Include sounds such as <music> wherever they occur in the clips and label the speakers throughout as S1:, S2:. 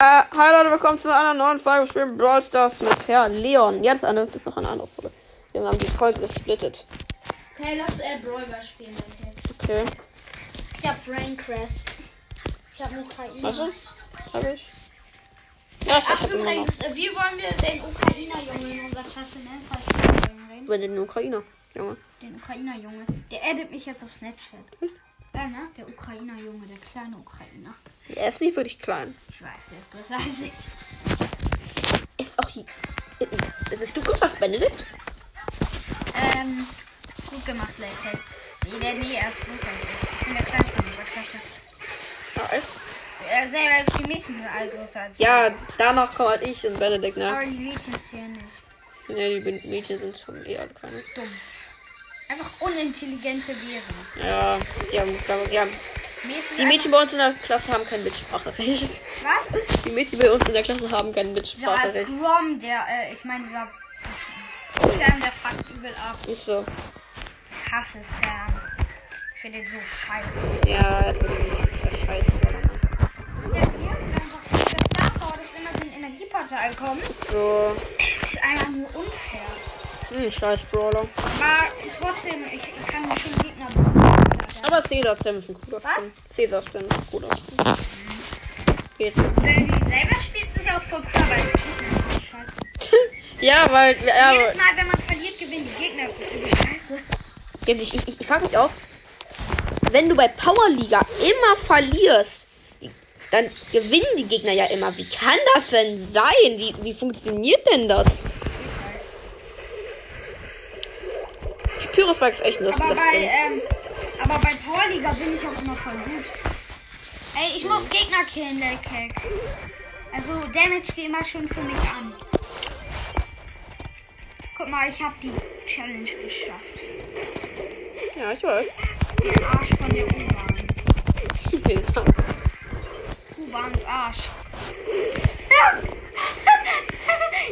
S1: Äh, hi Leute, willkommen zu einer neuen Folge. Wir spielen Brawl Stars mit Herrn Leon. Ja, das ist, eine, das ist noch eine andere Folge. Wir haben die Folge gesplittet.
S2: Hey, lass äh, Brawler spielen. Leute.
S1: Okay.
S2: Ich hab Frank Crest. Ich hab Ukrainer.
S1: Weißt du? Hab ich? Ja, ich, ich
S2: Ach,
S1: hab immer noch.
S2: übrigens, äh, wie wollen wir den Ukrainer-Junge in unserer Klasse nennen, falls wir den reden?
S1: Wenn den Ukrainer. Junge.
S2: Den Ukrainer-Junge. Der addet mich jetzt auf Snapchat. Ja, ne? Der Ukrainer-Junge, der kleine Ukrainer.
S1: Er ist nicht wirklich klein.
S2: Ich weiß, der ist größer als ich.
S1: Ist auch hier. Bist du gut als Benedikt?
S2: Ähm, gut gemacht, Leute. Nee, der, nee, er ist größer als ich. Ich bin der Kleinste in unserer Klasse.
S1: Ja, echt?
S2: Äh, selber als die Mädchen sind alle größer als ich.
S1: Ja, danach kommt halt ich und Benedikt, ne?
S2: Aber die Mädchen zählen nicht.
S1: Ne, die Mädchen sind schon eher klein.
S2: Dumm. Einfach unintelligente Wesen.
S1: Ja, die haben, glaube ich, die haben.
S2: Mädchen
S1: Die Mädchen bei uns in der Klasse haben kein Mitspracherecht.
S2: Was?
S1: <laughs> Die Mädchen bei uns in der Klasse haben kein
S2: Dieser
S1: Mitspracherecht.
S2: Grom, der, äh, ich meine, dieser Sam, der fuckt übel ab.
S1: Ist so.
S2: Ich hasse Sam. Ich finde ihn so scheiße.
S1: Ja, das ist scheiße.
S2: Der nervt einfach, dass Star Power, dass immer so ein Energieportal kommt.
S1: So.
S2: Das ist einfach nur unfair.
S1: Hm, scheiß Brawler.
S2: Aber trotzdem, ich, ich kann mir schon Gegner
S1: Aber Caesar Sam ist ein cooler
S2: Was?
S1: Skin. Caesar Sam ist ein cooler Skin. Geht. <laughs>
S2: Wenn die selber spielt, ist ja auch voll cool, aber die Gegner sind scheiße.
S1: Ja, weil. Ja,
S2: Jedes
S1: aber,
S2: Mal, wenn man verliert, gewinnen die Gegner. Das ist übel scheiße.
S1: Jetzt, ich ich, ich frage mich auch, wenn du bei Powerliga immer verlierst, dann gewinnen die Gegner ja immer. Wie kann das denn sein? Wie, wie funktioniert denn das? Pyrospike ist echt lustig.
S2: Aber
S1: das
S2: bei,
S1: Ding.
S2: ähm, aber bei Torliga bin ich auch immer voll gut. Ey, ich muss Gegner killen, der Kek. Also Damage geht immer schon für mich an. Guck mal, ich habe die Challenge geschafft.
S1: Ja, ich <laughs> weiß.
S2: Den Arsch von der U-Bahn.
S1: Ja.
S2: U-Bahns Arsch. <laughs>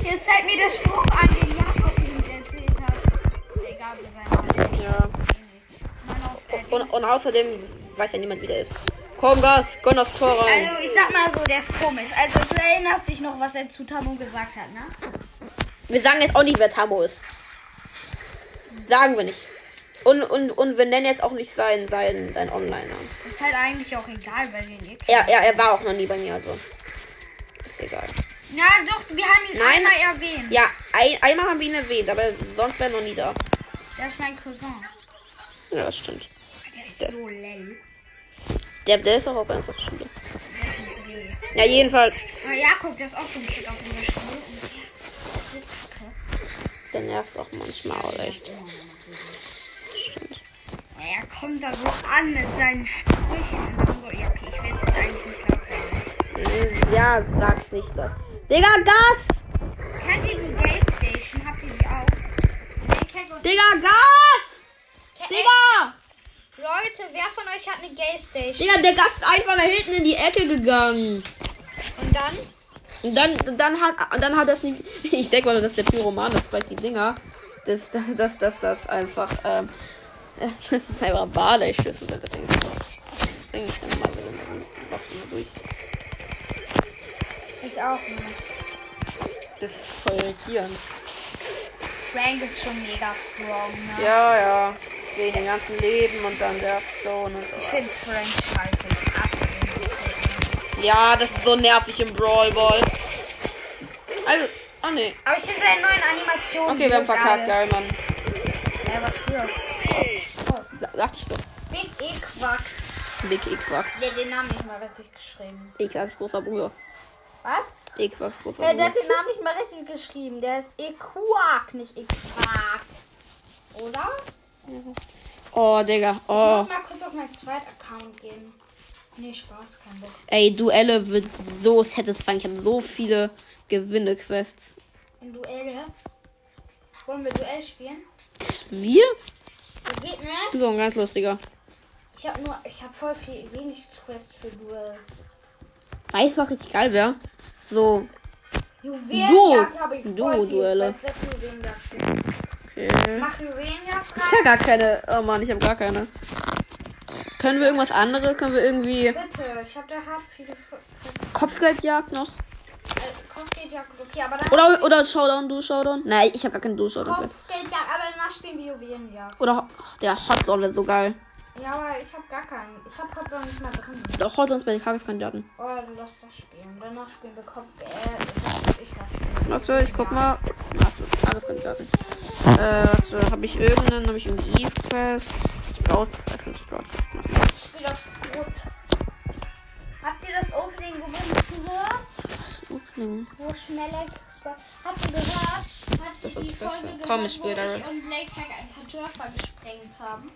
S2: Jetzt fällt mir der Spruch an, den Jakob ihm erzählt hat. Ist egal, wie sein Name
S1: ja.
S2: ist. Mann auf
S1: Und,
S2: äh,
S1: und außerdem weiß ja niemand, wie der ist. Komm, Gas, gönn aufs Tor rein.
S2: Also ich sag mal so, der ist komisch. Also du erinnerst dich noch, was er zu Tamu gesagt hat, ne?
S1: Wir sagen jetzt auch nicht, wer Tamo ist. Sagen wir nicht. Und, und, und wir nennen jetzt auch nicht seinen, seinen, seinen Online-Namen.
S2: Ist halt eigentlich auch egal, weil wir nicht.
S1: Er, er, er war auch noch nie bei mir, also. Ist egal.
S2: Na doch, wir haben ihn
S1: Nein.
S2: einmal erwähnt.
S1: Ja, ein, einmal haben wir ihn erwähnt, aber sonst wäre er noch nie da.
S2: Das ist mein Cousin.
S1: Ja, das stimmt.
S2: Der ist so lell.
S1: Der, der ist auch auf einer Schule.
S2: Der ist ein Reh.
S1: Ja, jedenfalls.
S2: Aber Jakob, der ist auch so ein Kind auf dieser Schule. Und der ist so kacke.
S1: Der nervt auch manchmal auch echt.
S2: Er kommt da so an mit seinen Sprüchen und dann so, ja, okay, ich will jetzt eigentlich nicht laut sein.
S1: Mhm, Ja, sag nicht das. Digga, Gas!
S2: Kennt ihr die Gay Station? Habt ihr die auch? Ich kenn-
S1: Digga, Gas! Digga!
S2: Leute, wer von euch hat eine Gay Station?
S1: Digga, der Gast ist einfach da hinten in die Ecke gegangen.
S2: Und dann?
S1: Und dann, dann hat, und dann hat das nicht. <laughs> Ich denke mal, dass der Pyroman ist, weil die Dinger, dass das, das, das, das einfach, ähm, <laughs> das ist einfach Barley Schüssel. Das Ding ist so. Ich denke, ich nehme mal so was hier durch.
S2: Ich auch nicht.
S1: Das ist voll Tieren.
S2: Frank ist schon mega strong, ne?
S1: Ja, ja. Wegen dem ganzen Leben und dann der Aktion und
S2: Ich finde Frank scheiße. Ich hasse ihn deswegen.
S1: Ja, das ist so nervig im Brawl Ball. Also, ah ne.
S2: Aber ich finde seine neuen Animationen.
S1: Okay, wir haben
S2: so
S1: verkackt, geil,
S2: geil.
S1: Mann.
S2: Ja, was für?
S1: Sa- Sagte ich so.
S2: Big E Quack.
S1: Big Equax.
S2: Der hat den Namen nicht mal richtig geschrieben.
S1: Equax großer Bruder.
S2: Was?
S1: Equax großer
S2: Ja, der
S1: Bruder.
S2: hat den Namen nicht mal richtig geschrieben. Der ist E Quack, nicht E Quack. Oder?
S1: Oh, Digga.
S2: Ich
S1: Oh.
S2: muss mal kurz auf meinen zweiten Account gehen. Nee, Spaß, kein Bock.
S1: Ey, Duelle wird so satisfying. Ich habe so viele Gewinne-Quests.
S2: In Duelle. Wollen wir Duell spielen?
S1: Wir?
S2: Das geht, ne?
S1: So ein ganz lustiger.
S2: Ich habe nur, ich habe voll viel wenig Quest für Duels.
S1: Weißt du, was richtig geil wäre? So.
S2: Juwelenjagd habe ich
S1: Du-
S2: voll
S1: Duelle.
S2: viel Quest. Lass Juwelenjagd spielen.
S1: Okay.
S2: Mach Juwelenjagd
S1: Ich
S2: rein.
S1: hab gar keine. Oh Mann, ich habe gar keine. Können wir irgendwas anderes? Können wir irgendwie.
S2: Bitte, ich habe da hart viele
S1: Kopfgeldjagd noch.
S2: Kopfgeldjagd, okay, aber dann.
S1: Oder, oder Showdown, Du Showdown. Nein, ich habe gar keinen Du Showdown.
S2: Kopfgeldjagd, aber danach spielen wir Juwelenjagd.
S1: Oder Ho- der Hot Zone wäre so geil.
S2: Ja, aber ich hab gar keinen. Ich hab Hotdog nicht mehr drin.
S1: Doch Hot Zone bei den Kakeskandidaten.
S2: Oh, du lass das spielen. Danach spielen wir Kopfgeld. Äh, ich hab.
S1: Warte, ich guck mal. Achso, Kakeskandidaten. Äh, warte, habe ich irgendeinen? Habe ich irgendeinen East Quest? Sprout Quest? Kann ich Sprout Quest machen?
S2: Ich spiel aufs Brot. Habt ihr das Opening gewünscht gehört?
S1: Opening.
S2: Wo Schmelleck. Habt ihr gehört? Habt ihr
S1: Das ist
S2: die
S1: das Beste.
S2: Folge gehört,
S1: Komm, ich
S2: wo
S1: spiel da
S2: ich
S1: rein.
S2: und Blake Hack ein paar Dörfer gesprengt haben?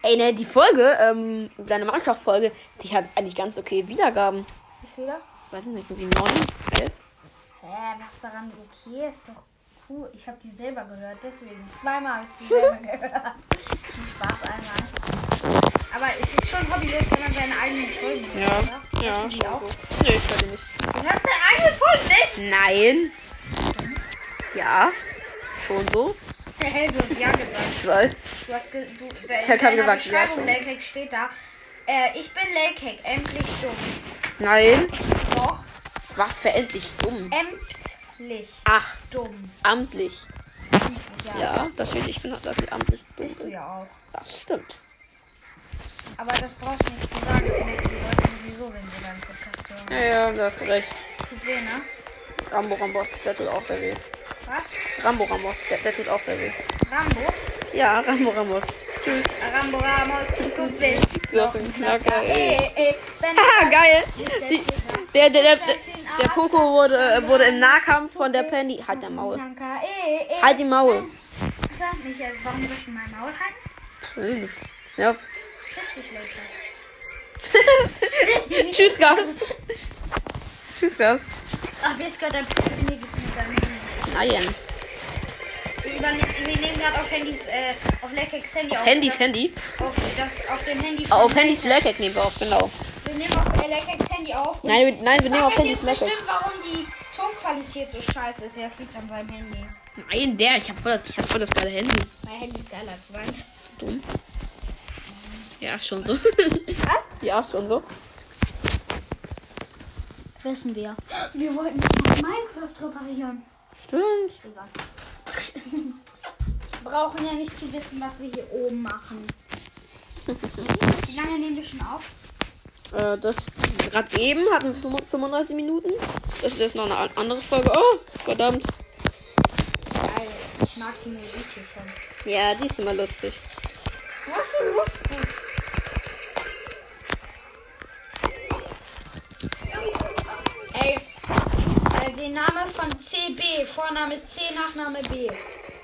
S1: Ey, ne, die Folge, ähm, deine Mannschaftsfolge, die hat eigentlich ganz okay Wiedergaben.
S2: Wie viele?
S1: Weiß ich nicht, irgendwie neun, elf.
S2: Hä, was daran so okay ist doch cool. Ich habe die selber gehört, deswegen zweimal habe ich die <laughs> selber gehört. Zum Spaß einmal.
S3: Aber es ist schon hobbylos, wenn man seine eigenen Folgen hört.
S1: Ja,
S3: oder?
S1: ja.
S3: Hast du die auch?
S1: Nee, ich hatte nicht.
S3: Du hörst deine eigene Folge nicht?
S1: Nein. Ja. Schon so.
S3: Hey, du hast ja gesagt.
S1: Ich weiß.
S3: Du hast ge du, da
S1: Ich hab
S3: in
S1: gerade
S3: deiner
S1: gesagt, ja,
S3: Beschreibung,
S1: schon.
S3: Laycake steht da. Äh, ich bin Laycake, endlich dumm.
S1: Nein.
S3: Doch,
S1: Was für endlich dumm.
S3: endlich
S1: Ach,
S3: dumm.
S1: amtlich.
S3: Ja,
S1: Ja, das steht, ich bin das steht amtlich dumm.
S3: bist du ja auch.
S1: Das stimmt.
S3: Aber das brauchst du nicht zu sagen. Das merken die Leute sowieso, wenn sie deinen Podcast hören.
S1: Ja, ja, da hast du recht.
S3: Tut weh, ne?
S1: Rambo Rambos, der tut auch sehr weh.
S3: Was?
S1: Rambo Rambos, der, der tut auch sehr weh.
S3: Rambo? Ah,
S1: Ja, Rambo Rambos. Tschüss.
S3: Rambo Ramos, Ah, du bist
S1: Du hast einen Knacker,
S3: eh,
S1: ey. Ah.
S2: Ey, ey, wenn
S1: Haha, geil. Die, der, der, der, der, der Poco wurde, äh, wurde im Nahkampf von der Penny. Halt der Maul.
S2: Danke. Ey, ey,
S1: Halt die Maul.
S3: eh, Sag nicht, also warum soll ich in meinem Maul halten?
S1: Ja.
S3: Piss dich, Leute.
S1: Tschüss, Gas. Tschüss, Gas.
S3: Ach, jetzt gehört dein Piss mir gefühlt dein Handy.
S1: Nein.
S3: Wir überne- Wir nehmen gerade auf Handys, äh, auf Laycakes Handy auf.
S1: Handys,
S3: das,
S1: Handy.
S3: Auf, das, auf dem Handy.
S1: Auf Handys Slackhack nehmen wir auf, genau.
S2: wir nehmen auf Alex Handy auf.
S1: Nein, wir, nein, wir nehmen auf
S2: Frage
S1: Handys
S2: ist jetzt
S1: Slackhack.
S2: bestimmt, warum die Tonqualität so scheiße ist. Ja, es liegt an seinem Handy.
S1: Nein, der, ich hab voll das, ich hab voll das geile Handy.
S2: Mein Handy ist geiler als sein.
S1: Dumm. Ja, schon so.
S2: Was?
S1: Ja, schon so.
S2: Wissen wir. Wir wollten noch Minecraft reparieren.
S1: Stimmt.
S2: Brauchen ja nicht zu wissen, was wir hier oben machen. Wie lange nehmen wir schon auf?
S1: Äh, das gerade eben hatten wir 35 Minuten. Das ist jetzt noch eine an- andere Folge. Oh, verdammt.
S2: Geil. Ich mag die Musik hier schon.
S1: Ja, die ist immer lustig.
S2: Was für lustig. Ey, äh, den Namen von CB, Vorname C, Nachname B.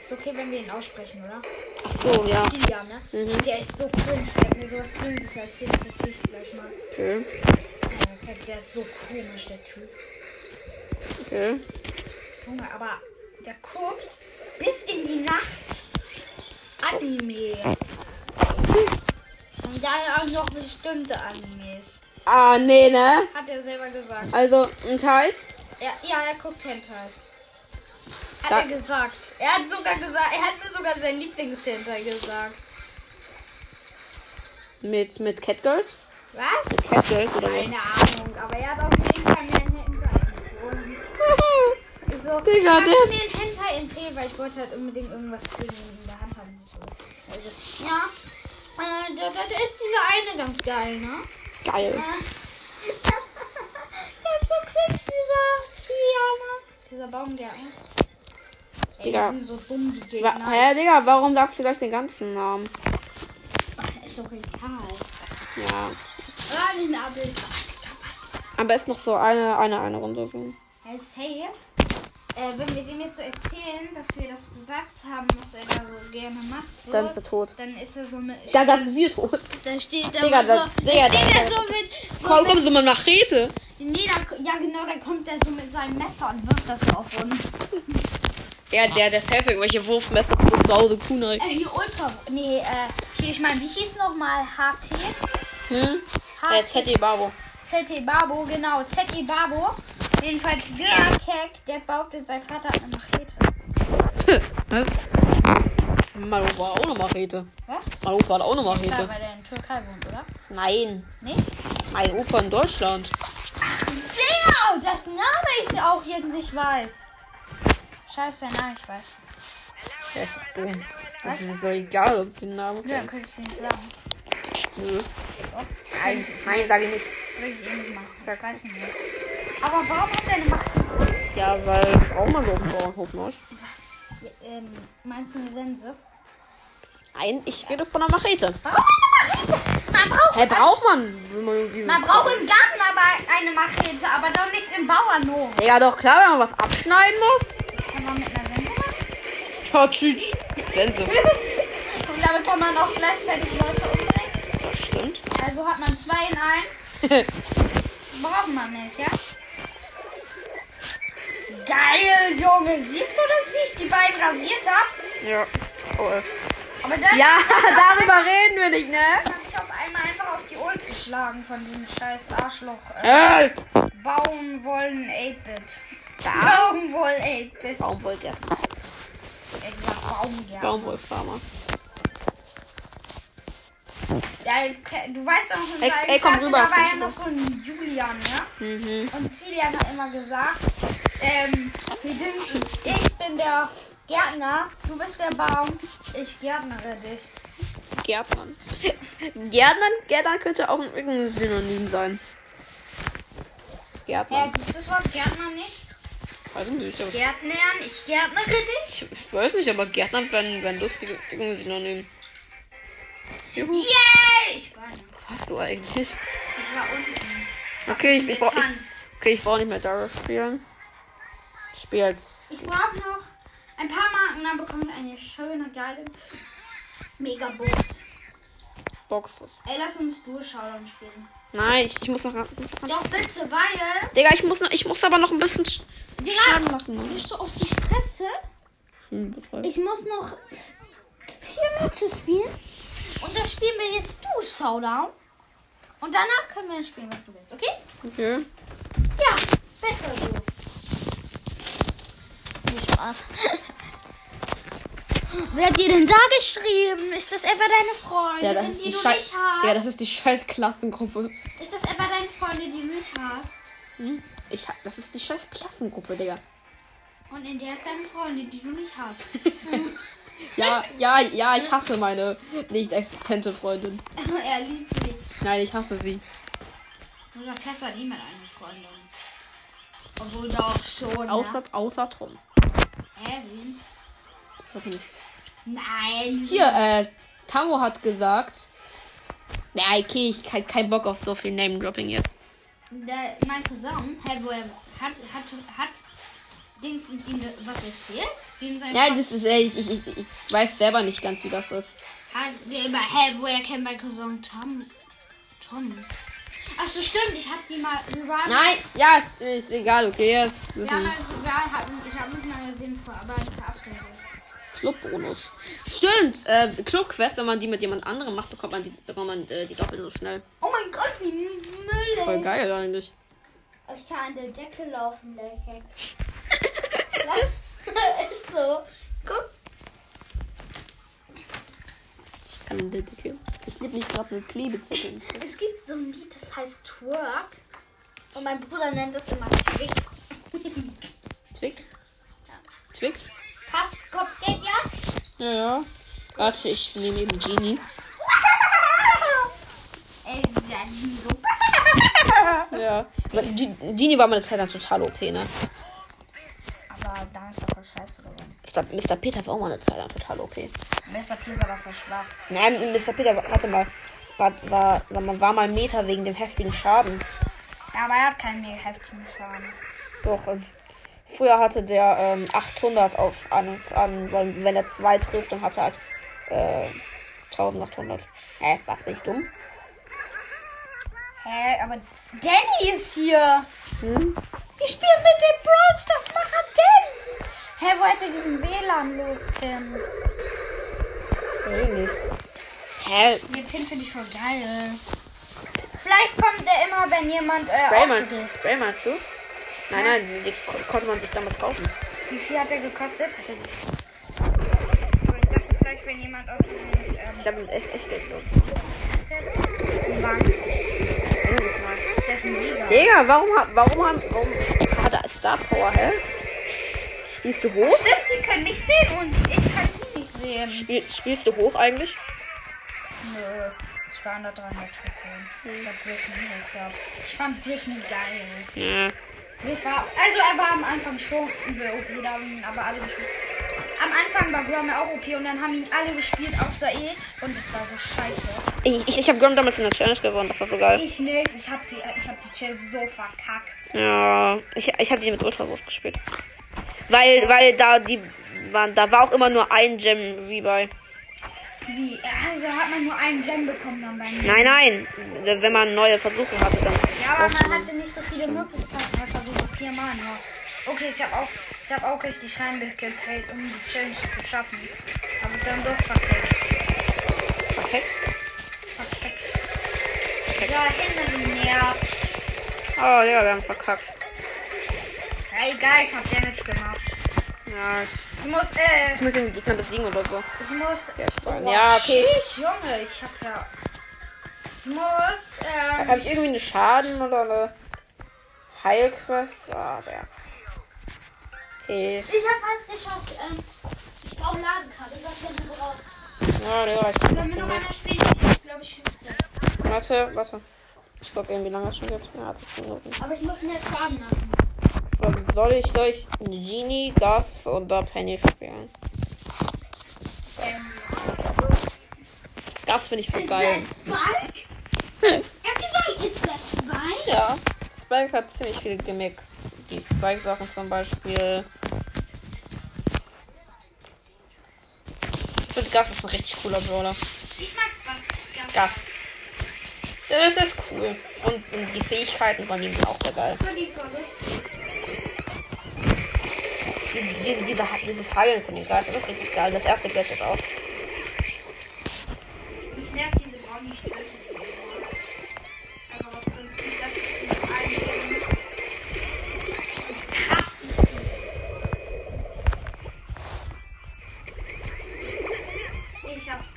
S2: Ist okay, wenn wir ihn aussprechen, oder?
S1: Ach so, ja.
S2: Kilian, ne?
S1: Mhm.
S2: Der ist so cringe, der hat mir sowas Cringes erzählt, das erzähl ich gleich mal.
S1: Okay,
S2: Ja, der ist so komisch, der Typ.
S1: okay.
S2: Junge, aber der guckt bis in die Nacht Anime. Und dann auch noch bestimmte Animes.
S1: Ah, nee, ne?
S2: Hat er selber gesagt.
S1: Also, ein Teil.
S2: Ja, ja er guckt Hentais. Hat
S1: Da-
S2: er gesagt. Er hat sogar gesagt, er hat mir sogar sein Lieblingshentai gesagt.
S1: Mit, mit Catgirls?
S2: Was?
S1: Catgirls oder was?
S2: Keine Ahnung, aber er hat auf jeden Fall mir einen Hentai empfohlen.
S1: <laughs>
S2: So,
S1: Digga,
S2: kannst
S1: der-
S2: du mir einen Hentai empfehlen, weil ich wollte halt unbedingt irgendwas kriegen in der Hand haben. So. Also, ja, äh, da, da, da ist dieser eine ganz geil, ne?
S1: Geil.
S2: Äh, <laughs> der ist so cringe, dieser Tiana. Dieser Baumgärten. Ey,
S1: Digga.
S2: die sind so dumm, die
S1: Wa
S2: Gegner.
S1: Hä, Digga, warum sagst du gleich den ganzen Namen?
S2: Ist doch egal.
S1: Ja.
S2: Ah, den Abel. Ah, Digga, was?
S1: Am besten noch so eine, eine, eine Runde. so.
S2: Er ist safe. Äh, wenn wir dem jetzt so erzählen, dass wir das gesagt haben, was er da so gerne macht, so,
S1: Dann ist er tot.
S2: dann ist er so mit.
S1: Da, da sind wir tot.
S2: dann steht er
S1: Digga, das-
S2: so, dann
S1: Digga,
S2: steht
S1: das-
S2: er so mit. So
S1: Komm,
S2: mit
S1: komm, so mal Machete.
S2: nee, dann, ja, genau, dann kommt er so mit seinem Messer und wirft das so auf uns.
S1: Ja, der, der Pfeffer, irgendwelche Wurfmesser und zu Hause Kunai.
S2: Äh, hier Ultra. Nee, äh, hier, ich meine, wie hieß nochmal? HT?
S1: Hm? Äh,
S2: HT.
S1: Teddy Babo.
S2: ZT Babo, genau. ZT Babo. Jedenfalls der Keck, der behauptet, sein Vater hat eine Machete.
S1: Hm, Marufa ne? hat auch noch Machete.
S2: Was?
S1: Mein Opa hat auch noch
S2: Klar,
S1: Machete.
S2: weil er in Türkei wohnt, oder?
S1: Nein,
S2: Nee?
S1: mein Opa in Deutschland.
S4: Genau, das Name ich auch jetzt nicht weiß. Scheiße, nein, ich weiß.
S1: Ja, ist doch dumm. Das ist so egal, ob du den Namen
S4: Ja,
S1: kennst.
S4: könnte ich dir nicht sagen.
S1: Nö.
S4: Doch,
S1: Nein, nein, sag ich nicht.
S4: würde ich eh nicht machen. Ich weiß nicht mehr. Aber warum hat deine Macht
S1: Ja, weil ich auch mal so einen Bauernhof ne? mache.
S4: Ähm, meinst du eine Sense?
S1: Nein, ich rede von einer Machete.
S2: Warum eine Machete? Man braucht,
S1: Hä, braucht man, wenn man irgendwie.
S2: man braucht im Garten aber eine Machete, aber doch nicht im Bauernhof.
S1: Ja, doch klar, wenn man was abschneiden muss.
S2: Kann man mit einer Sense machen?
S4: <laughs>
S1: Ja, tschüss. Sense.
S2: Und damit kann man auch gleichzeitig Leute umbringen.
S1: Das stimmt.
S2: Also hat man zwei in einem. Braucht man nicht, ja? Geil, Junge. Siehst du das, wie ich die beiden rasiert habe?
S1: ja. Oh, äh.
S2: Aber dann
S1: ja, <laughs> darüber reden wir nicht, ne?
S2: habe ich auf einmal einfach auf die Ult geschlagen von diesem scheiß Arschloch. Äh,
S1: Ey!
S2: bauen wollen 8-Bit.
S1: Da.
S2: Bauen wollen 8-Bit.
S1: Baumwolf, ja.
S2: Ey, dieser Baum, ja.
S1: Baumwollfarmer.
S2: Ja, ich ke- du weißt doch noch, in
S1: Ey,
S2: seiner
S1: ey, komm
S2: Klasse,
S1: rüber,
S2: da war ja
S1: komm
S2: noch so ein Julian, ja?
S1: Mhm.
S2: Und Celian hat immer gesagt, ähm, wir sind, ich bin der Gärtner, du bist der Baum, ich gärtnere dich.
S1: Gärtnern. Gärtnern, Gärtnern könnte auch ein irgendein Synonym sein.
S2: Hä,
S1: Gärtnern.
S2: gibt's das Wort Gärtner nicht?
S1: Weiß ich nicht, aber
S2: Gärtnern, ich gärtnere dich?
S1: ich, ich weiß nicht, aber Gärtnern wären wär lustige irgendein Synonym. Juhu.
S2: Yay! Ich war, ich
S1: Was du eigentlich?
S2: war unten
S1: Okay, ich, ich brauch ich,
S2: getanzt.
S1: okay, ich brauch nicht mehr Darius spielen. Ich spiel jetzt.
S2: Ich brauche noch ein paar Marken, dann bekomme ich eine schöne, geile Megabox.
S1: Box.
S2: Ey, lass uns Durchschauen spielen.
S1: Nein, ich, ich muss noch. ich muss noch-
S2: Doch, bitte, weil...
S1: Digga, ich muss noch, ich muss aber noch ein bisschen Sch- Schaden machen.
S2: Bist du auf die Fresse?
S1: Hm, das weiß ich.
S2: ne? Ich muss noch vier Matches spielen. Und dann spielen wir jetzt du Showdown. Und danach können wir dann spielen, was du willst, okay?
S1: Okay.
S2: Ja, besser so. Nicht Spaß. <laughs> Wer hat dir denn da geschrieben? Ist das etwa deine Freundin, die, du nicht hast?
S1: Ja, das ist die scheiß Klassengruppe.
S2: Ist das etwa deine Freundin, die du nicht hast?
S1: Hm? Ich, hab- das ist die scheiß Klassengruppe, Digga.
S2: Und in der ist deine Freundin, die du nicht <laughs> hast.
S1: Ja, ja, ja, ich hasse meine nicht existente Freundin.
S2: er liebt sie.
S1: Nein, ich hasse sie.
S2: Nur sagt Tessa hat niemand eine Freundin. Obwohl doch schon.
S1: Außer, außer Tom.
S2: ne? Hä, wen?
S1: Weiß ich nicht.
S2: Nein.
S1: Hier, äh, Tango hat gesagt. Na, okay, ich kein, kein Bock auf so viel Name-Dropping jetzt.
S2: Der, mein Cousin, hä, wo er hat, hat, hat Dings und ihm da- was erzählt? Wem sein
S1: Ja, das ist ehrlich, ich, ich, ich weiß selber nicht ganz, wie das ist.
S2: hat, der immer, hä, woher kennt mein Cousin Tom? Tom. Ach so, stimmt, ich hab die mal, wir waren,
S1: Nein, ja, ist, ist egal, okay, das ist
S2: wir haben
S1: ein
S2: mal sogar, hab, ich hab mich mal gesehen, vor, aber verabredet.
S1: Clubbonus. Stimmt, äh, Club-Quest, wenn man die mit jemand anderem macht, bekommt man die, bekommt man, äh, die doppelt so schnell.
S2: Oh mein Gott, wie Müll
S1: Voll geil eigentlich.
S2: Ich kann an der Decke laufen, der
S4: <laughs>
S2: Keck. <laughs> ist so. Guck.
S1: Ich kann den Deckel. Ich liebe nicht gerade mit Klebezetteln.
S2: Es gibt so ein Lied, das heißt Twerk. Und mein Bruder nennt das immer Twig.
S1: Twick? Twix?
S2: Passt, Kopf geht ja?
S1: Ja, ja. Warte, ich nehme eben Genie.
S2: Ey, ja, die so. <laughs>
S1: Ja. Aber G- Genie war meine Zeit lang total OP, ne?
S4: Aber da ist doch voll scheiße geworden.
S1: Mr. Mr. Peter war auch mal eine Zeit lang total OP.
S4: Mr. Pisa war voll schwach.
S1: Nein, Mr. Peter, war- warte mal. War, war, war, man war mal Meter wegen dem heftigen Schaden.
S4: Aber er hat keinen mega heftigen Schaden.
S1: Doch, und früher hatte der ähm, 800 auf an, an weil wenn er zwei trifft, dann hat er halt äh, 1800. Hä, was bin ich dumm?
S4: Hä, aber Danny ist hier.
S1: Hm?
S4: Wir spielen mit den Bros, das macht Danny. Hä, wo hätte diesen WLAN losgehen?
S1: Ähnlich. Hä?
S4: Den Pin finde ich voll geil. Vielleicht kommt der immer, wenn jemand äh,
S1: Spray meinst,
S4: aufgesucht-
S1: Spray meinst du? Nein, nein, die, die kon- konnte man sich damals kaufen.
S4: Wie viel hat der gekostet? Hat er Aber ich dachte vielleicht, wenn jemand aus dem ähm,
S1: Ich habe echt, echt Geld los.
S4: Wagen.
S1: Ja, Hm.
S2: Der ist mega.
S1: Digga, warum, hat- warum, haben- warum hat er Star Power, hä? Spielst du hoch?
S2: Stimmt, die können mich sehen und ich kann sie nicht sehen.
S1: Spiel, spielst du hoch eigentlich?
S4: Nö, ich war da dran mit Ich hab Griffin hoch gehabt. Ich fand Griffin geil.
S1: Ja.
S4: Ich war, also er war am Anfang schon über OP, da haben ihn aber alle gespielt. Am Anfang war Grom ja auch OP und dann haben ihn alle gespielt, außer ich. Und es war so scheiße.
S1: Ich, ich, ich habe Grom damals in der Challenge gewonnen, das war so geil.
S4: Ich nicht, ich hab die, ich hab die Chase so verkackt.
S1: Ja, ich, ich habe die mit Ultrawurf gespielt. Weil, weil da die waren, da war auch immer nur ein Gem wie bei.
S4: Wie? Also hat man nur einen Gem bekommen dann bei mir.
S1: Nein, nein. Wenn man neue Versuche hatte, dann.
S4: Ja, aber man hatte nicht so viele Möglichkeiten, das war so viermal nur. Okay, ich hab auch, ich hab auch richtig reingekillt, um die Challenge zu schaffen. Aber dann doch verkackt.
S1: Perfekt.
S4: Verkackt. Ja, Henry nervt.
S1: Oh, ja, wir haben verkackt.
S4: Ja, egal, ich hab Damage gemacht.
S1: Ja,
S4: Ich muss, äh,
S1: ich muss irgendwie Gegner besiegen oder so.
S4: ich muss.
S1: Ja, ich weiß. Ja, okay.
S4: Tschüss, Junge, ich hab ja. Ich muss, ähm.
S1: Habe ich irgendwie einen Schaden oder eine Heilquest? Ah, ja. Okay.
S5: Ich habe fast geschafft. Ähm, ich brauche Ladenkarte. Sag, wenn du brauchst.
S1: Ja, Digga, ich
S5: Wenn mir noch einer spielt, ich glaube, ich schaff's ja.
S1: Warte, warte. Ich guck eben, wie lange es schon gibt. Ja, 10 Minuten.
S5: Aber ich muss mir jetzt Schaden machen.
S1: Oder Soll ich, soll ich Genie, Duff oder Penny spielen?
S4: Ähm,
S1: Duff finde ich voll
S5: Ist
S1: geil.
S5: das
S1: <laughs>
S5: Spike? er hat gesagt, ist das Spike?
S1: Ja, Spike hat ziemlich viel gemixt. Die Spike-Sachen zum Beispiel. Ich finde, Gas ist ein richtig cooler Brawler.
S2: Ich mag was.
S1: Gas. Das ist cool. Und, und die Fähigkeiten von ihm sind auch sehr geil.
S5: Die Verluste.
S1: Die- Diese, diese, dieses Heilen von den Geistern das ist richtig geil. Das erste Gadget auch.
S2: Mich nervt diese braunen Streifen. Also aus Prinzip, dass ich sie mit allen Dingen krass Ich hab's.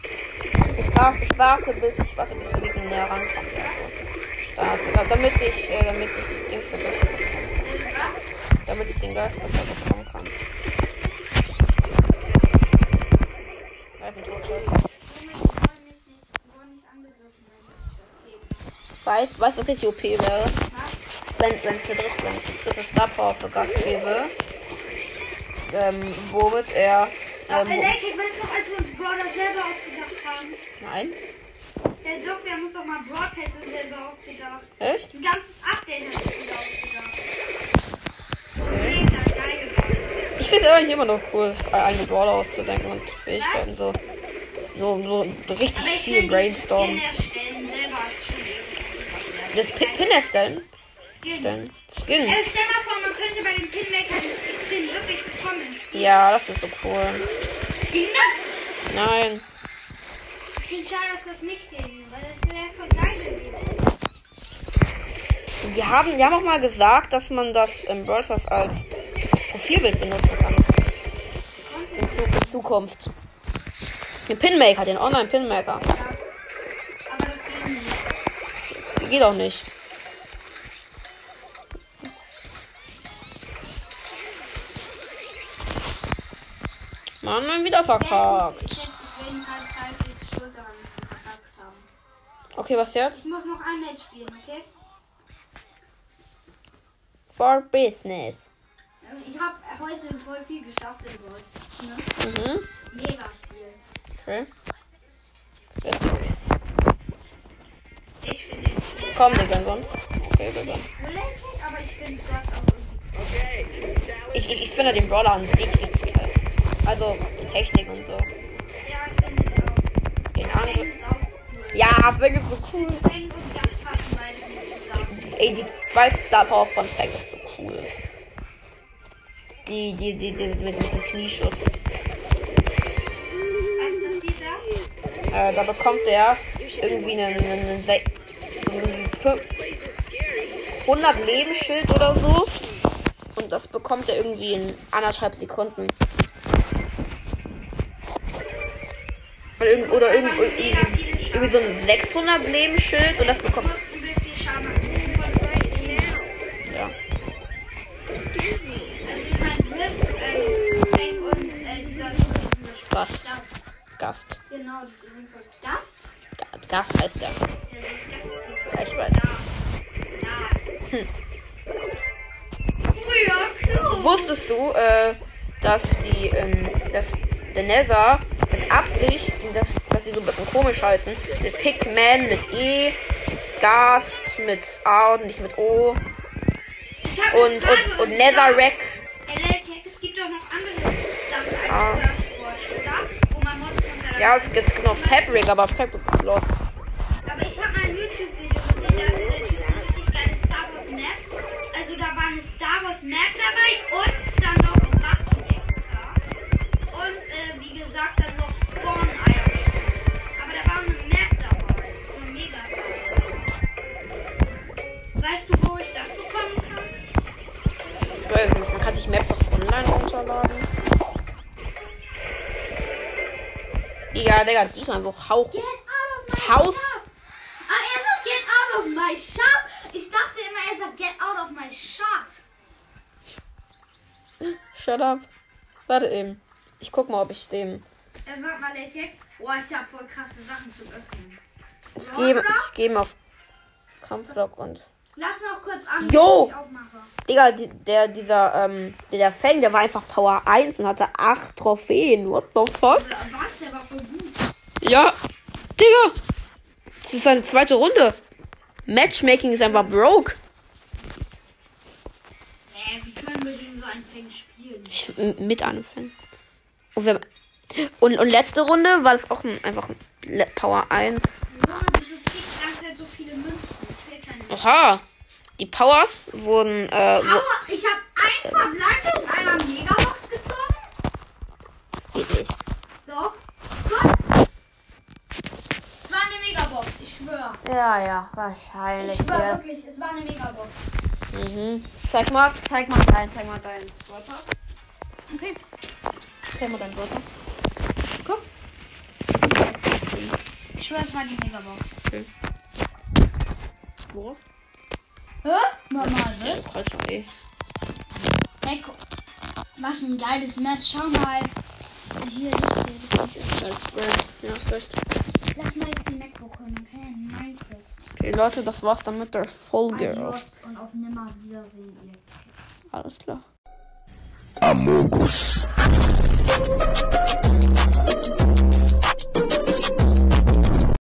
S1: Ich warte, ich warte bis ich warte bis die Gegner näher rankommen. Da, da, damit ich äh, damit ich Dings verbessern kann.
S2: Was?
S1: Damit ich den Geist besser bekommen kann. Reifentod. Weißt weißt du, was richtig OP wäre? Wenn wenn es der dritte, wenn es die dritte Star Power für Gas gäbe, ähm, womit er ähm, wo,
S2: Ey, weißt du noch, als wir uns Brawler selber ausgedacht haben?
S1: nein?
S2: Der Doc, wir haben uns doch mal Broadcaster selber ausgedacht.
S1: Echt?
S2: Ein ganzes Update hat sich wieder ausgedacht.
S1: Okay.
S2: Mega geil geworden.
S1: Ich finde es eigentlich immer noch cool, äh, eigene Brawler auszudenken und Fähigkeiten so. So, so richtig
S2: Aber ich will
S1: viel
S2: die
S1: Brainstorm.
S2: Skin erstellen, selber ist schon irgendwie
S1: Das Pin, Pin erstellen?
S2: Skin.
S1: Stellen. Skin.
S2: Ey, Äh, stell mal vor, man könnte bei den Pinmaker den Skin wirklich bekommen.
S1: Ja, das ist so cool.
S2: Ging das?
S1: Nein.
S2: Ich finde schade, dass das nicht ging, weil das wäre erstmal geil gewesen.
S1: Wir haben, wir haben auch mal gesagt, dass man das im Brawlers als Profilbild benutzen kann. In, Zu in Zukunft. Den Pinmaker, den Online-Pinmaker.
S2: Aber das ging nicht.
S1: Geht auch nicht. Mann, man wieder verkackt.
S5: Deswegen kann Äh, ich halt jetzt schuld daran dass wir verkackt haben.
S1: Okay, was jetzt?
S5: Ich muss noch ein Match spielen, okay?
S1: For Business.
S5: Ähm, Ich habe heute voll viel geschafft in Worlds. Ne?
S1: Mhm.
S5: Mega viel.
S1: Okay. Komm, Digga, sonst. Okay, Digga.
S5: Related, aber ich finde das auch irgendwie.
S1: Ich, ich, ich finde den Brawler an sich richtig geil. Also, die Technik und so.
S5: Ja, ich finde es auch.
S1: Den
S5: Fang
S1: Angriff.
S5: ist auch cool.
S1: Ja, Fang ist so cool.
S5: Fang und Gast passen beide nicht zusammen.
S1: Ey, die zweite Star Power von Fang ist so cool. Die, die, die, die mit, mit dem Knieschuss.
S2: Also,
S5: Was passiert da?
S1: Äh, da bekommt er irgendwie einen, einen, einen, sech- einen fünf- 100 Lebensschild oder so. Und das bekommt er irgendwie in anderthalb Sekunden. Oder, irgend, oder irgend, irgendwie, irgendwie so ein 600 Lebensschild und das bekommt
S2: Ich muss übel viel Schaden Also mein Griff, äh, Tank und äh, dieser dieser Sp-
S1: Gast. Gast.
S2: Genau, die sind so Gast.
S1: Ga- Gast heißt er.
S2: Der sich Gast.
S1: Ja, ich weiß. Hm.
S2: Früher Klo.
S1: Wusstest du, äh, dass die, ähm, dass der Nether mit Absicht, dass, dass sie so ein bisschen komisch heißen, mit Pigman, mit E, Gast, mit A und nicht mit O
S2: Ich hab eine
S1: und,
S2: Frage
S1: und, und Netherrack.
S2: Elektek, es gibt doch noch andere Sachen als
S1: Ah.
S2: Surfboard, oder? Wo man Mods runterladen
S1: Ja, es gibt noch Fabric, aber Fabric ist los.
S2: Aber ich habe mal ein YouTube-Video gesehen, da ist eine richtig geile Star Wars Map. Also da war eine Star Wars Map dabei und dann noch Waffen extra. Und äh, wie gesagt, dann noch Spawn-Eier. Aber da war eine Map dabei. So mega geil. Weißt du, wo ich das bekommen kann?
S1: Ich weiß nicht, Man kann sich Maps auch online runterladen. Ja, Digga, die ist einfach hauch.
S5: Get out of my
S1: Haus.
S5: shop. Ah, er sagt get out of my shop. Ich dachte immer, er sagt get out of my shop.
S1: Shut up. Warte eben. Ich guck mal, ob ich dem.
S2: Äh, warte mal, Effekt. Boah, ich habe voll krasse Sachen zu öffnen.
S1: Ich gehe ich geh mal auf Kampfblock und.
S2: Lass noch kurz an,
S1: Jo!
S2: bis ich aufmache.
S1: Digga, die, der, dieser, ähm, der, der Fang, der war einfach Power 1 und hatte 8 Trophäen. What the fuck?
S2: Äh, Was? Der war voll gut.
S1: Ja, Digga. Das ist seine zweite Runde. Matchmaking ist einfach broke.
S2: Hä, wie können wir gegen so einen Fang spielen?
S1: Ich, m- mit einem Fan. Und, wir, und, und letzte Runde war das auch ein, einfach ein Le- Power 1.
S2: Ja, wieso kriegt das jetzt so viele Münzen? Ich will keine Münzen.
S1: Aha. Die Powers wurden, äh, wo,
S2: Aua, ich hab ein Verbleib in einer Megabox gezogen.
S1: geht nicht.
S2: Doch. Gott. Es war eine Megabox, ich schwöre.
S1: Ja, ja, wahrscheinlich.
S2: Ich schwöre wirklich, es war eine Megabox.
S1: Mhm. Zeig mal, zeig mal dein, zeig mal dein Wallpass.
S2: Okay.
S1: Zeig mal dein Wallpass.
S2: Ich schwöre, es war die Megabox.
S1: Worauf?
S2: Hä? Mama, was?
S1: Das heißt eh.
S2: Hey, guck. Was ein geiles Match, schau mal. Hier, hier, hier.
S1: Das ist Brand. Ja, hast recht.
S2: Lass mal jetzt die MacBook holen, okay? Minecraft.
S1: Okay, Leute, das war's dann mit der Folge. Auf.
S2: Adios Und auf Nimmerwiedersehen, ihr
S1: Alles klar.
S6: Amogus.